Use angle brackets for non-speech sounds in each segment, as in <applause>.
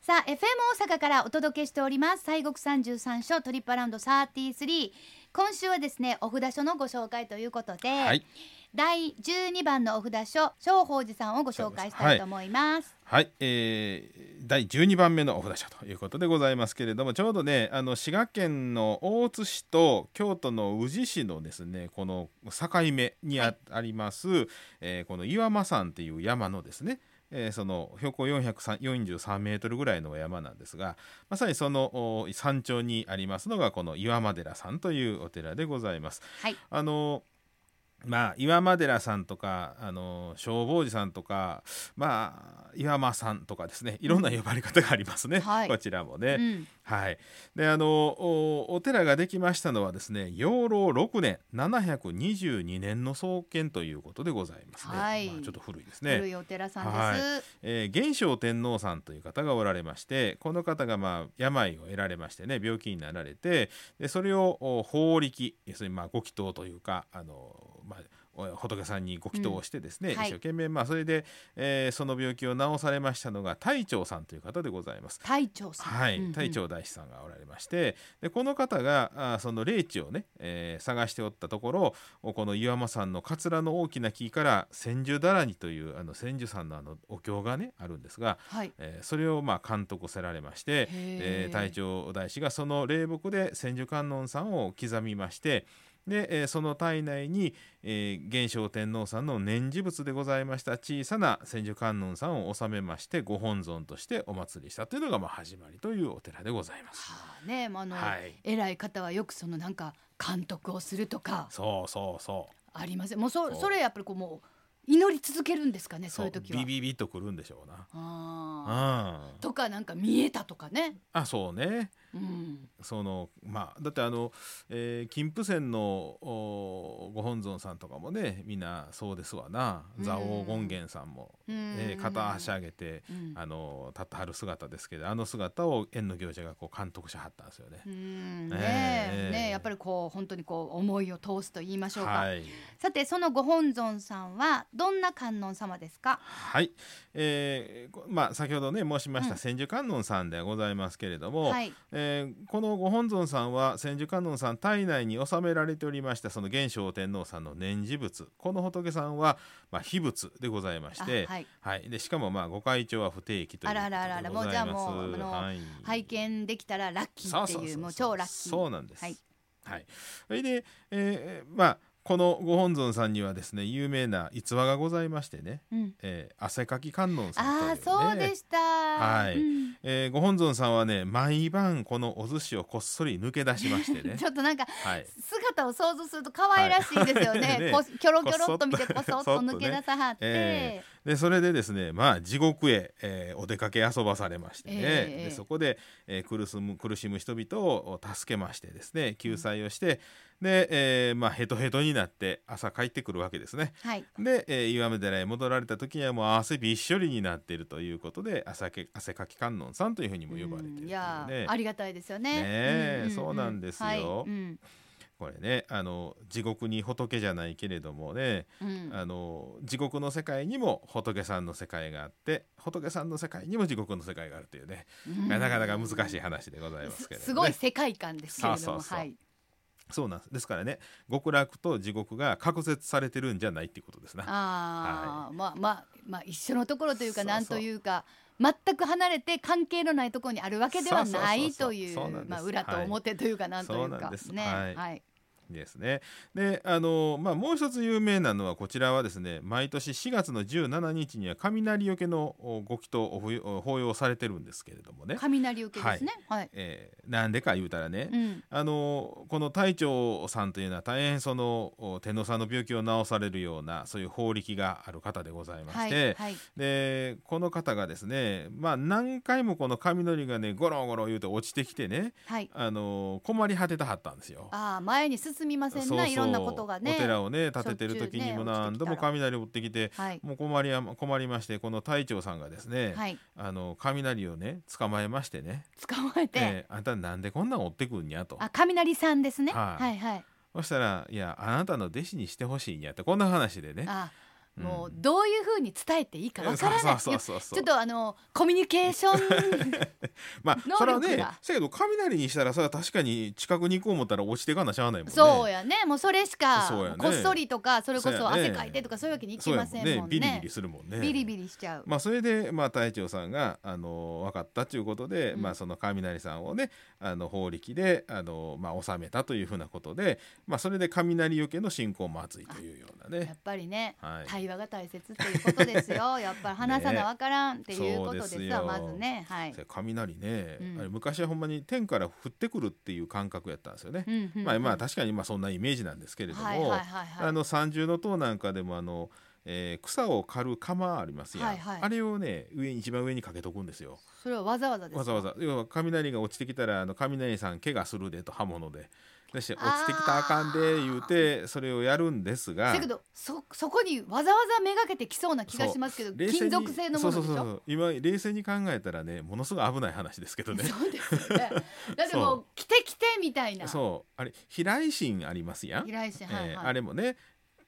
さあ FM 大阪からお届けしております西国三十三所トリップアラウンド33今週はですねお札書のご紹介ということで、はい第12番のお札書正法寺さんをご紹介したいと思います、はい、えー第12番目のお札所ということでございますけれどもちょうどねあの滋賀県の大津市と京都の宇治市のですねこの境目にあ,、あります、えーこの岩間山っていう山のですねえーその標高443メートルぐらいの山なんですがまさにそのお山頂にありますのがこの岩間寺さんというお寺でございます。はいあのまあ岩間寺さんとかあの消防士さんとかまあ岩間さんとかですねいろんな呼ばれ方がありますね、はいこちらもね。うん、はい、であのおお寺ができましたのはですね養老6年722年の創建ということでございますね、はいまあちょっと古いですね。古いお寺さんです、えー元正天皇さんという方がおられましてこの方がまあ病を得られましてね病気になられてでそれをお法力要するにまあご祈祷というかあの、まあお仏さんにご祈祷をしてですね、うんはい一生懸命、まあ、それで、えーその病気を治されましたのが隊長さんという方でございます。隊長さん、はい、うんうん隊長大師さんがおられましてでこの方があーその霊地をね、えー探しておったところおこの岩間山のカツラの大きな木から千住だらにというあの千住さんのあのお経がねあるんですが、はいえーそれをまあ監督せられまして、へえーー、隊長大師がその霊木で千手観音さんを刻みましてで、えーその体内に、えー元正天皇さんの念持仏でございました小さな千手観音さんを納めましてご本尊としてお祭りしたというのがまあ始まりというお寺でございます。はあねまああの、はい偉い方はよくそのなんか監督をするとかそうそうそうありませんもうそそうそれやっぱりこうもう祈り続けるんですかねそういう時はビビビッとくるんでしょうな。あうんー、とかなんか見えたとかねあそうねうんそのまあだってあの、えー金峰山のおご本尊さんとかもねみんなそうですわなうん蔵王権現さんも、えー肩はしゃ上げてうんあの立ってはる姿ですけどあの姿を縁の行者がこう監督しはったんですよねう。んえねえーえーねえやっぱりこう本当にこう思いを通すと言いましょうか、はいさてそのご本尊さんはどんな観音様ですかはい、えーこまあ、先ほどね申しましうたん千手観音さんではございますけれども、はいえーこのご本尊さんは千手観音さん体内に納められておりましたその元正天皇さんの念持仏この仏さんは、まあ、秘仏でございましあて、はいはい、でしかもまあご会長は不定期というあららららことでございますもうじゃあもうあのはい拝見できたらラッキーっていうもう超ラッキーそうなんです。ははいい。それで、えーまあこのご本尊さんにはですね有名な逸話がございましてね、うん、えー汗かき観音さんというああね。そうでした、はいうんえーご本尊さんはね毎晩このお寿司をこっそり抜け出しましてね <laughs> ち。ょっとなんかはい。姿を想像すると可愛らしいですよね,、はいね <laughs> こキョロキョロっと見てここそそっとっと抜け出さはって、えでそれでですねまあ地獄へ、えーお出かけ遊ばされましてね、ええでそこで、えー苦しむ苦しむ人々を助けましてですね救済をして、で、えーまあヘトヘトになって朝帰ってくるわけですね。はいで、えー、岩目寺へ戻られた時にはもう汗びっしょりになっているということで汗け汗かき観音さんというふうにも呼ばれているうといんういやーねありがたいですよねねえんんんそうなんですよはいうんこれねあの地獄に仏じゃないけれどもねうんあの地獄の世界にも仏さんの世界があって仏さんの世界にも地獄の世界があるというね、うんなかなか難しい話でございますすけれど、ね、すごい世界観ですけれどそもうそうそうはいそうなんですですからね極楽と地獄が隔絶されてるんじゃないっていうことですな。ああ、まあまあまあ一緒のところというかそうそうなんというか全く離れて関係のないところにあるわけではないそうそうそうそうというそうなんですまあ裏とはい表というかなんというそうなんかですねはいはいですね。であの、まあ、もう一つ有名なのはこちらはですね毎年4月の17日には雷よけのおご祈祷をふお法要されてるんですけれどもね、雷受けですねはいえーなんでか言うたらね、うんあのこの隊長さんというのは大変そのお天皇さんの病気を治されるようなそういう法力がある方でございましはて、いはいでこの方がですね、まあ、何回もこの雷がねゴロゴロ言うて落ちてきてねはいあの困り果てたはったんですよ。ああ前に進みませんそうそうないろんなことがねお寺をね建ててる時にしもょっちゅうね何度も雷落ってきてはいもう困りやま困りましてこの隊長さんがですね、はいあの雷をね捕まえましてね、捕まえて、えーあんたなんでこんなん追ってくんやとあ雷さんですね、ははいい、はいそしたら「いやあなたの弟子にしてほしいんや」ってこんな話でねあうんもうどういうふうに伝えていいかわからない。そうそうそうそうちょっとあのコミュニケーショ <laughs> ンまあそれは能力ねがせやけど雷にしたらそれは確かに近くに行こう思ったら落ちてかなしゃあないもんねそうやねもうそれしかそうやねこっそりとかそれこそうそやね汗かいてとかそういうわけにいきそうやまもんせんねもんビリビねリするもんねビリビリしちゃうまあそれでまあ隊長さんがあの分かったということで、うんまあその雷さんをねあの法力であのまあ収めたというふうなことでまあそれで雷よけの信仰も熱いというようなやねっぱりね、はい対話が大切っていうことです <laughs> よやっぱり話さなわからんっていうことですそうですわ、よまずねはいそ、れ雷ね、うんあれ昔はほんまに天から降ってくるっていう感覚やったんですよね、うんうんまあまあか確かにまあそんなイメージなんですけれども、はいはいはいはいあの三重の塔なんかでもあの、えー草を刈る釜ありますやん、はいはいあれをね上に一番上にかけとくんですよそれはわざわざですわざわざ要は雷が落ちてきたらあの雷さん怪我するでと刃物でそして落ちてきたらあかんで言うてそれをやるんですがだけどそそこにわざわざめがけてきそうな気がしますけど冷静金に属製のものでしょそうそうそうそう今冷静に考えたらねものすごい危ない話ですけどねそうですよね。だっても <laughs> そう来て来てみたいな。そうあれ飛来心ありますやん依頼者はいはい。えーあれもね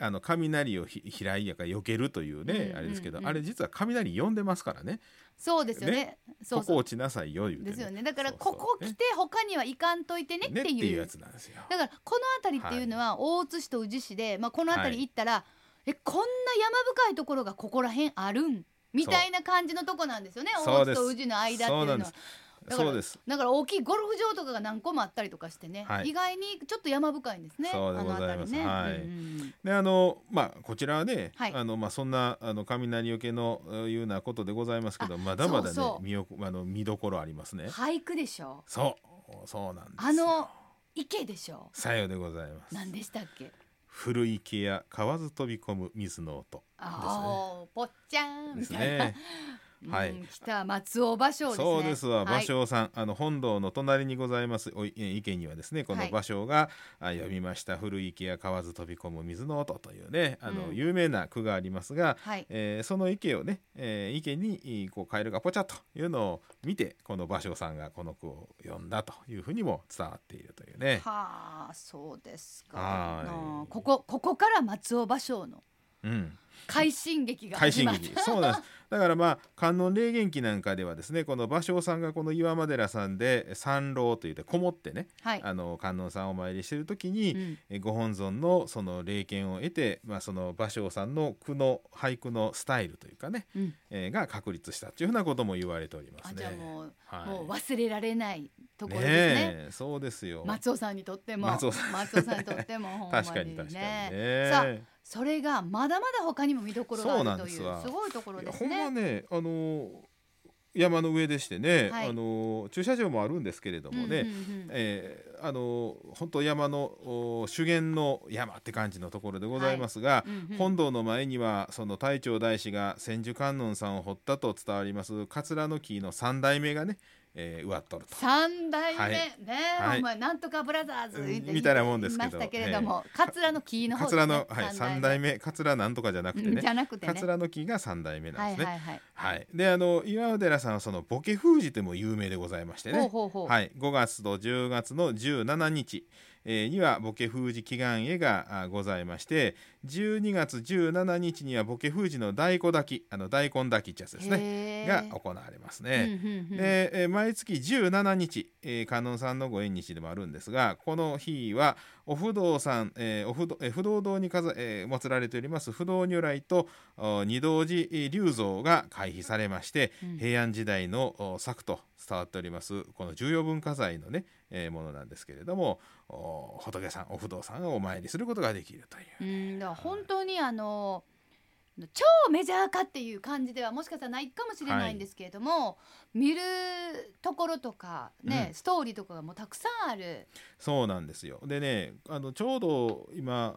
あの雷をひ飛来やから避けるというね、うんうんうんあれですけどあれ実は雷呼んでますからねそうですよね。そうここそう。落ちなさいよ言うて、ですよね。だからそうそうここ来て他には行かんといてねねっってていいうう。やつなんですよだからこの辺りっていうのは大津市と宇治市で、まあこの辺り行ったら、えこんな山深いところがここら辺あるんみたいな感じのとこなんですよね。そう大津ですと宇治の間っていそうのうなんはで。すだからそうですだから大きいゴルフ場とかが何個もあったりとかしてね、はい意外にちょっと山深いんですね。そうでございますあのはい辺りね。うんうんであのまあこちらはね、はいあのまあそんなあの雷よけのえーいうようなことでございますけどまだまだそねうそう見よあの見どころありますね俳句でしょ。そうそうなんですよあの池でしょさようでございます何でしたっけ古池や川ず飛び込む水の音ああ、ぽっちゃんでみすたいな、ねはいうん北松尾芭蕉ですねそうですわは芭い蕉さん、あの本堂の隣にございますおいえー池にはですねこのはい芭蕉が、あ読みました「古い池や川ず飛び込む水の音」というねあの、うん有名な句がありますが、はいえーその池をね、えー池にえーこうカエルがポチャというのを見てこの芭蕉さんがこの句を詠んだというふうにも伝わっているというね。はあそうですかはいなあここここから松尾芭蕉のうん快進撃が快始進まった撃そうなんですだからまあ観音霊元記なんかではですねこの芭蕉さんがこの岩間寺さんで三郎といってこもってね、はい、あの観音さんをお参りしてる時うに、ん、えご本尊のその霊験を得て、まあ、その芭蕉さんの句の俳句のスタイルというかね、うんえーが確立したというふうなことも言われておりまあすじゃあね。もう、はいもう忘れられないところねですねえそうですよ松尾さんにとっても松尾さん松尾さんにとって <laughs> もほんま確かに確かにねさあそれがまだまだ他にも見どころがあるというそうなんですわすごいところいでやすほんまね。ねあのー山の上でしてね、はいあのー駐車場もあるんですけれどもね、うんうんうんえーあの本当山のお修験の山って感じのところでございますが、はいうんうん本堂の前にはその太長大師が千手観音さんを掘ったと伝わります桂の木の三代目がね、えー、植わっとると。三代目、はいね、はいほんまなんとかブラザーズ言ってみたいなもんですけど言いましたけれども、桂の木の方です桂ねの、はい、三代目桂なんとかじゃなくてうんじねゃなくてね。桂の木が三代目なんはでいすね。はいはい。はいであの岩尾寺さんはそのボケ封じても有名でございましてねほうほうほう。はい、5月と10月の17日、えーにはボケ封じ祈願絵があございまして12月17日にはボケ封じの太鼓炊きあの大根炊きってやつですねへーが行われますうんね。うんうんでえー毎月17日、えー観音さんのご縁日でもあるんですがこの日はお不動さん、えーお不動えー不動堂に飾、えー、祀られております不動如来とお二道寺えー龍像が開碑されまして、うん平安時代のお作と伝わっておりますこの重要文化財のね、えーものなんですけれどもお仏さんお不動さんをお参りすることができるという。うん、だから本当にあの超メジャーかっていう感じではもしかしたらないかもしれないんですけれども、見るところとかね、うんストーリーとかがもうたくさんある。そうなんですよでねあのちょうど今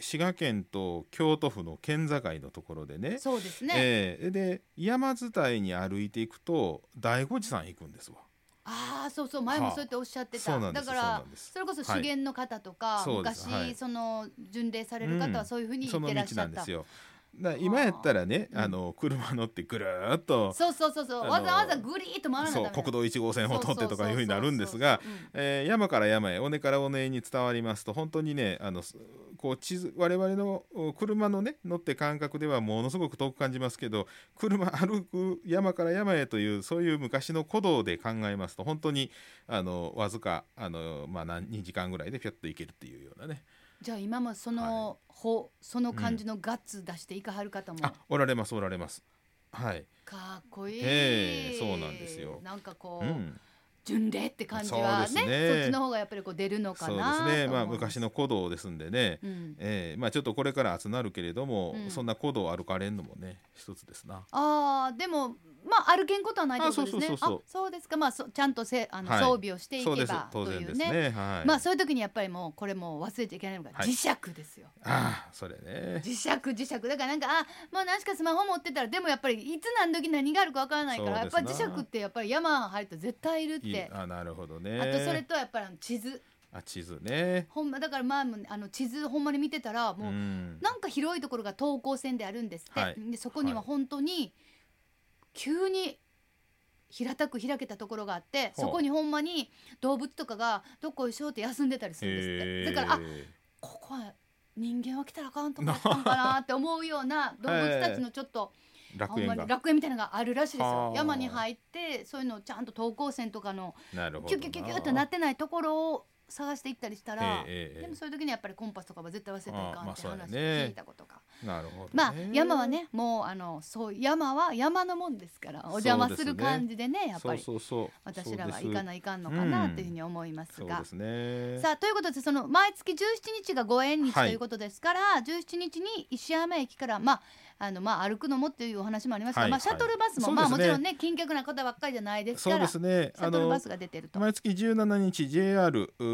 滋賀県と京都府の県境のところでねそうですね。ええで山伝いに歩いていくと醍醐寺さん行くんですわ。ああそうそう前もそうやっておっしゃってはた。あそうなんでだすからそうなんですそれこそ修験の方とか、はいそうです昔、はいその巡礼される方はそういうふうに言そっのてらっ道しゃなっんでた。すよ。だ今やったらね、あの車乗ってぐるーっとそうそうそうそうあのわざわざぐりーっと回らなそうい国道1号線を通ってとかいうふうになるんですが、そうそうそうそうえー山から山へ尾根から尾根に伝わりますと本当にねあのすこう地図我々のお車のね乗って感覚ではものすごく遠く感じますけど車歩く山から山へというそういう昔の古道で考えますと本当にあのわずかあの、まあ、何2時間ぐらいでピョッと行けるっていうようなねうんじゃあ今もその、ほその感じのガッツ出していかはる方もあおられますおられますはい、かっこいい、ええそうなんですよなんかこうう、ん、巡礼って感じはそうでねすねそっちの方がやっぱりこう出るのかそうでなすねまあと思うんで昔すの古道ですんでね、うん、ええまあちょっとこれから暑なるけれども、うんそんな古道を歩かれんのもね一つですな。ああでもまあ歩けんことはないってことですねあそうそうそうそうあそうですかまあそちゃんとせあの、はい装備をしていけそうですば当とい然でうすねね。はい。まあそういう時にやっぱりもうこれもう忘れちゃいけないのがはい磁石ですよ、ああそれね。磁石磁石だからなんかあまあ何しかスマホ持ってたらでもやっぱりいつ何時何があるかわからないからそうやでっすなぱり磁石ってやっぱり山入ると絶対いるっていいあなるほどね。あとそれとやっぱりあの地図あ地図ね。ほんまだから前もあの地図ほんまに見てたらもう、んなんか広いところが東高線であるんですって、はいでそこには本当に急に平たく開けたところがあってほうそこにほんまに動物とかがどっこいしょって休んでたりするんですってだからあへえここは人間は来たらあかんとこ <laughs> やったんかなって思うような動物たちのちょっとほ楽んま園にが。楽園みたいなのがあるらしいですはよあ山に入ってそういうのをちゃんと東高線とかのなるほどな。キュキュキュキュっとなってないところを探していったりしたらえ。えええでもそういう時にやっぱりコンパスとかは絶対忘れていかんってあまあ話そうやね聞いたことがなるほど、ね。まあ山はねもうあのそう山は山のもんですからお邪魔する感じでねやっそぱうりそうそう。私らは行かいないかんのかなうんというふうに思いますそうがで。すね。さあということでその毎月17日がご縁日とはいいうことですから、17日に石山駅から、まああのまあ、歩くのもっていうお話もありますが、はいまあ、シャトルバスも、はいまあ、そうもでちすねろんね近脚な方ばっかりじゃないですそかうでらすね。シャトルバスが出てると。毎月17日 JR う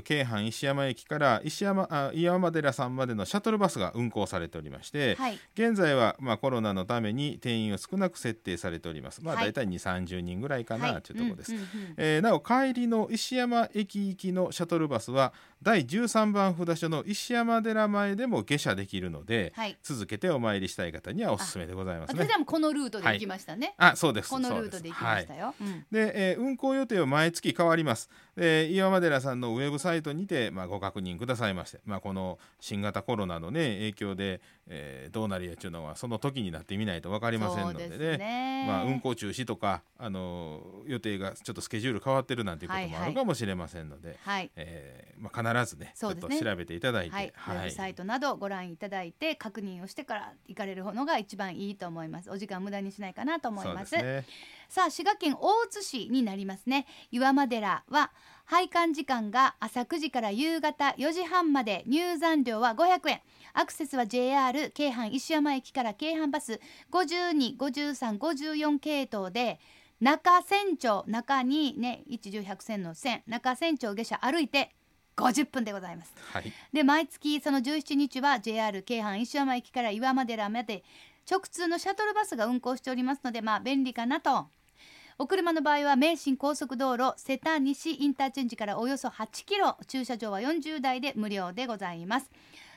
ー京阪石山駅から石山あ岩山寺さんまでのシャトルバスが運行されておりまして、はい現在は、まあ、コロナのために定員を少なく設定されております。まあ、はい大体2、30人ぐらいかな、はいというところです。うんうんうんえーなお帰りの石山駅行きのシャトルバスは第13番札所の石山寺前でも下車できるので、はい続けてお参りしたい方にはおすすめでございます私ね。らもこのルートで行きましたね、あそうですこのそうルーですトで行きましはたいよ。うんで、えー運行予定は毎月変わります、えー岩間寺さんのウェブサイトにて、まあ、ご確認くださいまして、まあ、この新型コロナの、ね、影響で、えーどうなるやというのはその時になってみないと分かりませんので,、そうねですねまあ、運行中止とか、あのー予定がちょっとスケジュール変わってるなんていうこともあはいはるいかもしれませんので、はい。えーまあ、必ずねそうちでょすっねと調べていただいて、はい、ウェブサイトなどご覧いただいて確認をしてから行かれるのが一番いいと思いますお時間無駄にしないかなと思いそうまですすねさあ滋賀県大津市になりますね岩間寺は拝観時間が朝9時から夕方4時半まで入山料は500円アクセスは JR 京阪石山駅から京阪バス525354系統で中船長中にね一重百線の線中船長下車歩いて50分でございますはい、で毎月その17日は JR 京阪石山駅から岩間寺まで直通のシャトルバスが運行しておりますのでまあ便利かなとお車の場合は名神高速道路瀬田西インターチェンジからおよそ8キロ駐車場は40台で無料でございます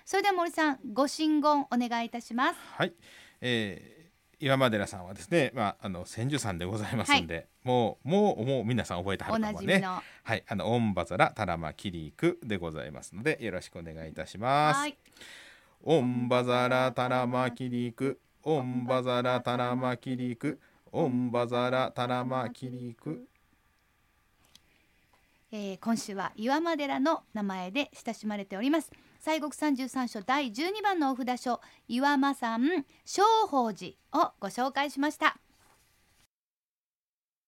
それでは森さんご神言お願いいたしますはい、えー岩間寺さんはですね、まあ、あの千住さんでございますんで、もうもうもう皆さん覚えてはおるかなもじみねのはいあのオンバザラタラマキリークでございますのでよろしくお願いいたします、はいオンバザラタラマキリークオンバザラタラマキリークオンバザラタラマキリークえー今週は岩間寺の名前で親しまれております西国三十三所第12番のお札所岩間さん正法寺をご紹介しました